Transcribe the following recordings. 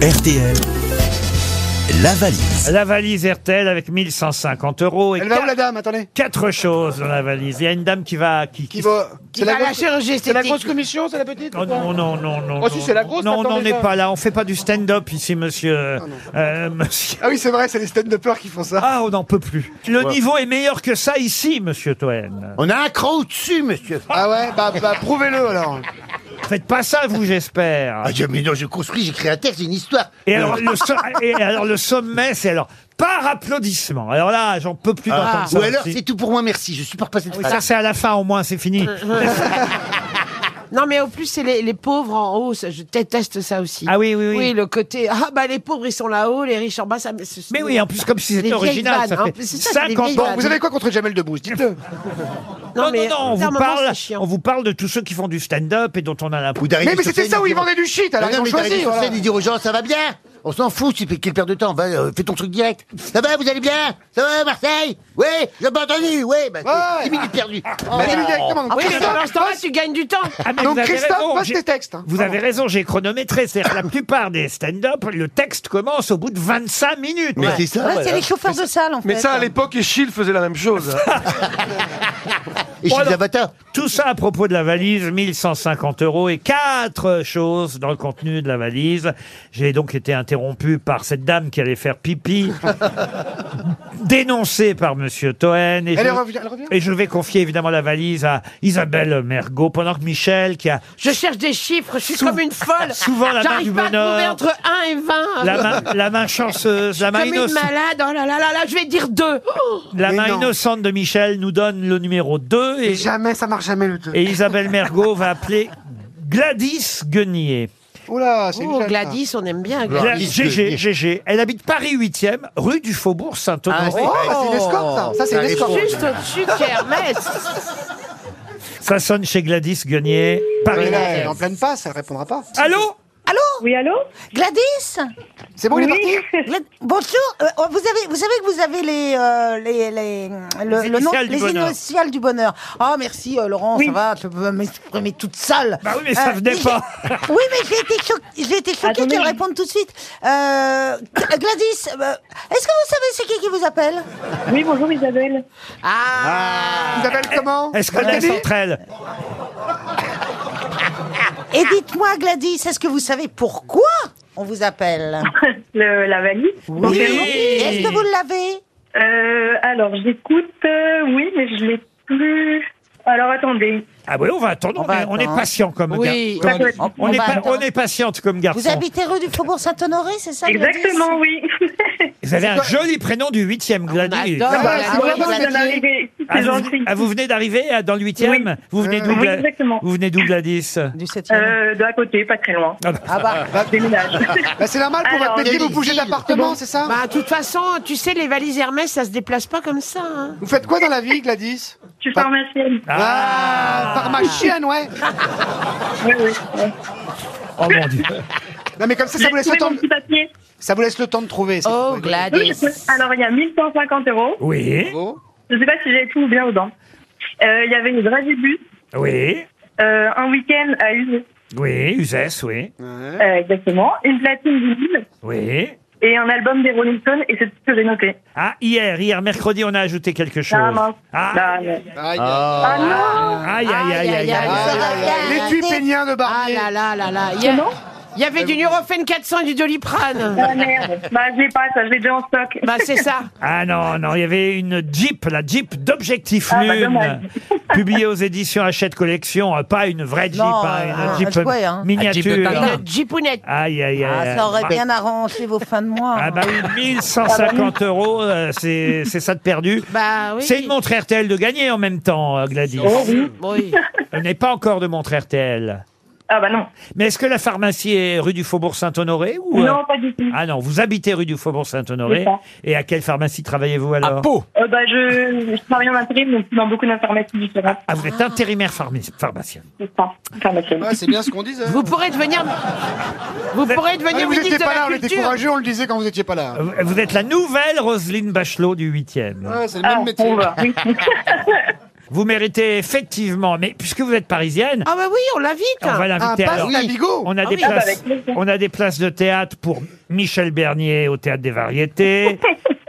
RTL, la valise. La valise RTL avec 1550 euros et Elle va où qua- la dame Attendez. quatre choses dans la valise. Il y a une dame qui va... Qui, Qui va C'est la, va à la grosse- chirurgie C'est la esthétique. grosse commission, c'est la petite Oh ou quoi non, non, non, non. Oh si, non, c'est la non. grosse, Non, on attends, n'en est déjà. pas là. On fait pas du stand-up ici, monsieur. euh, monsieur. Ah oui, c'est vrai, c'est les stand de peur qui font ça. Ah, on n'en peut plus. Le niveau est meilleur que ça ici, monsieur Toen. On a un cran au-dessus, monsieur. Ah ouais, bah, bah, prouvez-le alors. Faites pas ça, vous, j'espère. Ah, je, mais non, je construis, j'écris un texte, j'ai une histoire. Et alors, le, so- et alors, le sommet, c'est alors par applaudissement. Alors là, j'en peux plus d'entendre Ah, ça. ou alors, aussi. c'est tout pour moi, merci. Je supporte pas cette ça, phrase. c'est à la fin, au moins, c'est fini. Euh, Non, mais au plus, c'est les, les pauvres en haut. ça, je déteste ça aussi. Ah oui, oui, oui. Oui, le côté. Ah, bah, les pauvres, ils sont là-haut, les riches en bas, ça. me- ce- Mais oui, en plus, comme si c'était Les vieilles original, vannes, ça hein. fait C'est ça, c'est les 50 vieilles ans. vannes. Vous avez quoi contre Jamel Debbouze Dites-le. Non, non, non, on vous, bizarrement, parle, c'est chiant. on vous parle de tous ceux qui font du stand-up et dont on a l'impression. Ou d'arriver Mais, mais sur c'était scène ça et où ils dire- vendaient du shit, alors Ah non, ils ont mais d'arriver choisi. sur voilà. scène et dire aux gens, ça va bien On s'en fout, c'est quelle perte de temps. Va, euh, fais ton truc direct. Ça va, vous allez bien Ça va, Marseille Oui, j'ai pas entendu. Oui, bah, Ouais. c'est 10 minutes perdues. Oh. Bah, dis-lui directement. Ah oui, mais Christophe, pendant ce temps-là, tu gagnes du temps. Ah, mais Donc, vous avez Christophe, raison, passe j'ai- tes textes, hein. Vous Pardon. avez raison, j'ai chronométré. C'est-à-dire que la plupart des stand-up, le texte commence au bout de 25 minutes. Mais c'est ça. Ouais, voilà. c'est les chauffeurs de salle, en fait. Mais ça, à l'époque, Eschil faisait la même chose. Et je suis Voilà. des avatars. Tout ça à propos de la valise, 1150 euros et quatre choses dans le contenu de la valise. J'ai donc été interrompu par cette dame qui allait faire pipi, dénoncée par Monsieur Toen. Et Elle je- est revient. Elle revient. et je vais confier évidemment la valise à Isabelle Mergot, pendant que Michel, qui a Je cherche des chiffres, je suis Sou- comme une folle. souvent la main du J'arrive pas à trouver bonheur. entre 1 et 20. la main, la main chanceuse, la main, comme une innocente, malade. Oh là là là là, je vais dire Oh, 2. la Mais main non. innocente de Michel nous donne le numéro 2 et, Jamais, ça marche jamais le truc. et Isabelle Mergot va appeler Gladys Guenier. Oula, c'est une Oh, chatte, Gladys, on aime bien. Gladys. Gla- Gladys GG, Guenier. GG. Elle habite Paris 8e, rue du Faubourg Ah, Saint-Honoré. c'est- ça. Ah, c'est une escorte, ça. Ça, c'est une Ça escorte. répond. Juste au-dessus de chez Hermès. Ça sonne chez Gladys Guenier, Paris Mais là, elle est 8e. en pleine passe, elle répondra pas. Allô Allô Oui, allô Gladys C'est bon, il est parti Glad- Bonjour. Euh, vous, avez, vous savez que vous avez les, euh, les, les- le, Les le initiales du les bonheur. initiales du bonheur. Ah, merci euh, Laurent, Oui. ça va, je peux m'exprimer toute seule. Euh, Bah oui, mais ça venait j'ai- pas. oui, mais j'ai été, cho- j'ai été choquée Attendez. qu'elle réponde tout de suite. Euh, Gladys, euh, est-ce que vous savez c'est qui qui vous appelle Oui, bonjour Isabelle. Ah, Isabelle, comment Est-ce qu'on Elle est dit entre elles Et dites-moi, Gladys, est-ce que vous savez pourquoi on vous appelle Le- la valise. Oui. Est-ce que vous l'avez Euh, alors, j'écoute, euh, oui, mais je l'ai plus. Alors, attendez. Ah oui, on va attendre, On on, va est, on est attendre. patient comme Oui. gar- comme- On- On, on est va pa- attendre. on est patiente comme garçon. Vous habitez rue du Faubourg Saint-Honoré, c'est ça Gladys Exactement, oui. Ah, Vous avez un joli prénom du 8e, Gladys. adore. Ah bah, Ah c'est oui, vraiment Vous Gladys. cette- en arrivez. Ah, C'est vous, gentil. venez- ah, vous venez d'arriver à- dans le 8e Vous venez d'où Oui, Gla- exactement. Vous venez d'où, Gladys Du 7 Euh, de à côté, pas très loin. Ah bah, Ah bah, Déménage. Bah, c'est normal qu'on va Alors, te péter, Gladys, vous bougez d'appartement, c'est ça bah, de toute façon, tu sais, les valises Hermès, ça se déplace pas comme ça. hein. Vous faites quoi dans la vie, Gladys Je suis pharmacienne. Ah, pharmacienne, ouais. Oui, oui. oui. Oh mon Dieu Non, mais comme ça, J'ai ça vous laisse le trouvé temps. mon de- petit papier. Ça vous laisse le temps de trouver. c'est Oh, tout. Oui, Gladys. alors, il y a 1150 euros. Oui, Bravo. Je sais pas si j'ai tout ou bien dedans. Euh, Il y avait une dragibus, oui, euh, un week-end à une, oui, Uzès, oui, Ouais. euh, exactement, une platine vinyle oui. et un album des Rolling Stones, et c'est tout ce que j'ai noté. Ah, hier, hier, mercredi, on a ajouté quelque chose. Ah mince. Ah, Bah, non. Aïe, Ah, Ah, non aïe, aïe, aïe, aïe, aïe. aïe, aïe, aïe. L'étui peignien de Ah Barbier. là là là là. Il y, a- il y avait du Nurofen 400 et du Doliprane. Ah, merde. Bah, je l'ai pas, ça, je l'ai déjà en stock. Bah, c'est ça. Ah non, non, il y avait une Jeep, la Jeep d'Objectif Ah, bah, Lune, dommage. publiée aux éditions Hachette Collection. Euh, Pas une vraie Jeep, Non, hein, une un- un Jeep jouet, hein. miniature. Une Jeepounette. Aïe, aïe, aïe. Ah, ça aurait Ah, bien arrangé vos fins de mois. hein. Ah bah oui, 1150 euros, euh, c'est c'est ça de perdu. Bah oui. Oh C'est une montre RTL de gagner en même temps, euh, Gladys. Oui. Elle n'est pas encore de montre RTL. Ah, bah non. Mais est-ce que la pharmacie est rue du Faubourg Saint-Honoré ou euh, Non, pas du tout. Ah non, vous habitez rue du Faubourg Saint-Honoré. C'est ça. Et à quelle pharmacie travaillez-vous alors À Pau. Euh, bah, je, je travaille en intérim, donc dans beaucoup d'informatique différentes. Ah, vous êtes intérimaire pharmacie, pharmacienne. C'est ça, pharmacienne. Ouais, Ah, c'est bien ce qu'on disait. Vous pourrez devenir. Vous pourrez Ah, devenir vous ministre n'étiez de pas là, la on était culture. courageux, on le disait quand vous n'étiez pas là. Euh, Vous êtes la nouvelle Roselyne Bachelot du 8e. Ouais, c'est le Ah, même métier. on va. Oui. Vous méritez effectivement, mais puisque vous êtes parisienne, Ah bah oui, on l'invite. On va l'inviter, Ah, alors. passe ta Eh, Oui. bigot. on a, Ah des oui. places, bah, avec plaisir. on a des places de théâtre pour Michel Bernier au Théâtre des Variétés,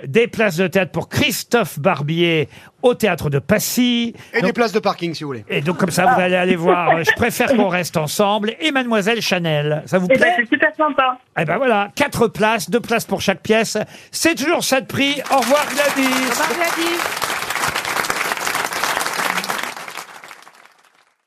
des places de théâtre pour Christophe Barbier au Théâtre de Passy. Et Donc- des places de parking, si vous voulez. et donc comme ça, vous allez aller voir. euh, Je préfère qu'on reste ensemble. Et Mademoiselle Chanel, ça vous Eh ben, plaît c'est super sympa. Eh ben voilà, quatre places, deux places pour chaque pièce. C'est toujours ça de prix. Au revoir Gladys. Au revoir, Gladys.